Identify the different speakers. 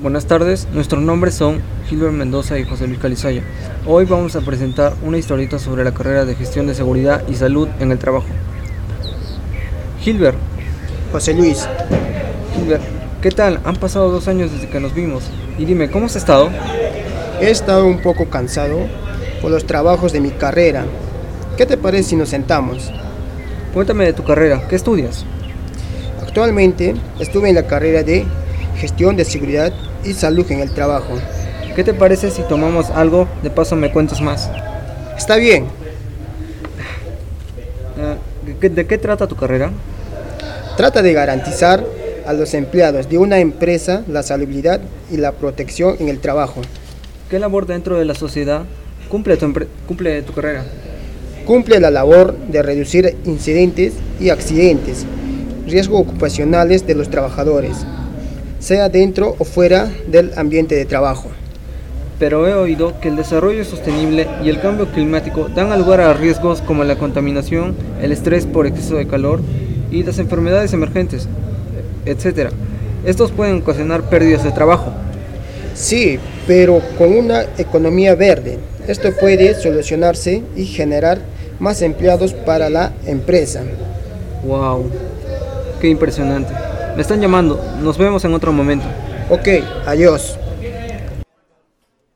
Speaker 1: Buenas tardes, nuestros nombres son Gilbert Mendoza y José Luis Calizaya. Hoy vamos a presentar una historieta sobre la carrera de gestión de seguridad y salud en el trabajo. Gilbert,
Speaker 2: José Luis,
Speaker 1: Gilbert, ¿qué tal? Han pasado dos años desde que nos vimos. Y dime, ¿cómo has estado?
Speaker 2: he estado un poco cansado por los trabajos de mi carrera. ¿Qué te parece si nos sentamos?
Speaker 1: Cuéntame de tu carrera, ¿qué estudias?
Speaker 2: Actualmente estuve en la carrera de Gestión de Seguridad y Salud en el Trabajo.
Speaker 1: ¿Qué te parece si tomamos algo? De paso me cuentas más.
Speaker 2: Está bien,
Speaker 1: Eh, ¿de qué- ¿De qué trata tu carrera?
Speaker 2: trata de garantizar a los empleados de una empresa la salubridad y la protección en el trabajo.
Speaker 1: ¿Qué labor dentro de la sociedad cumple tu, empre- cumple tu carrera?
Speaker 2: Cumple la labor de reducir incidentes y accidentes, riesgos ocupacionales de los trabajadores, sea dentro o fuera del ambiente de trabajo.
Speaker 1: Pero he oído que el desarrollo sostenible y el cambio climático dan lugar a riesgos como la contaminación, el estrés por exceso de calor y las enfermedades emergentes, etc. Estos pueden ocasionar pérdidas de trabajo.
Speaker 2: Sí, pero con una economía verde. Esto puede solucionarse y generar más empleados para la empresa.
Speaker 1: ¡Wow! ¡Qué impresionante! Me están llamando, nos vemos en otro momento.
Speaker 2: Ok, adiós.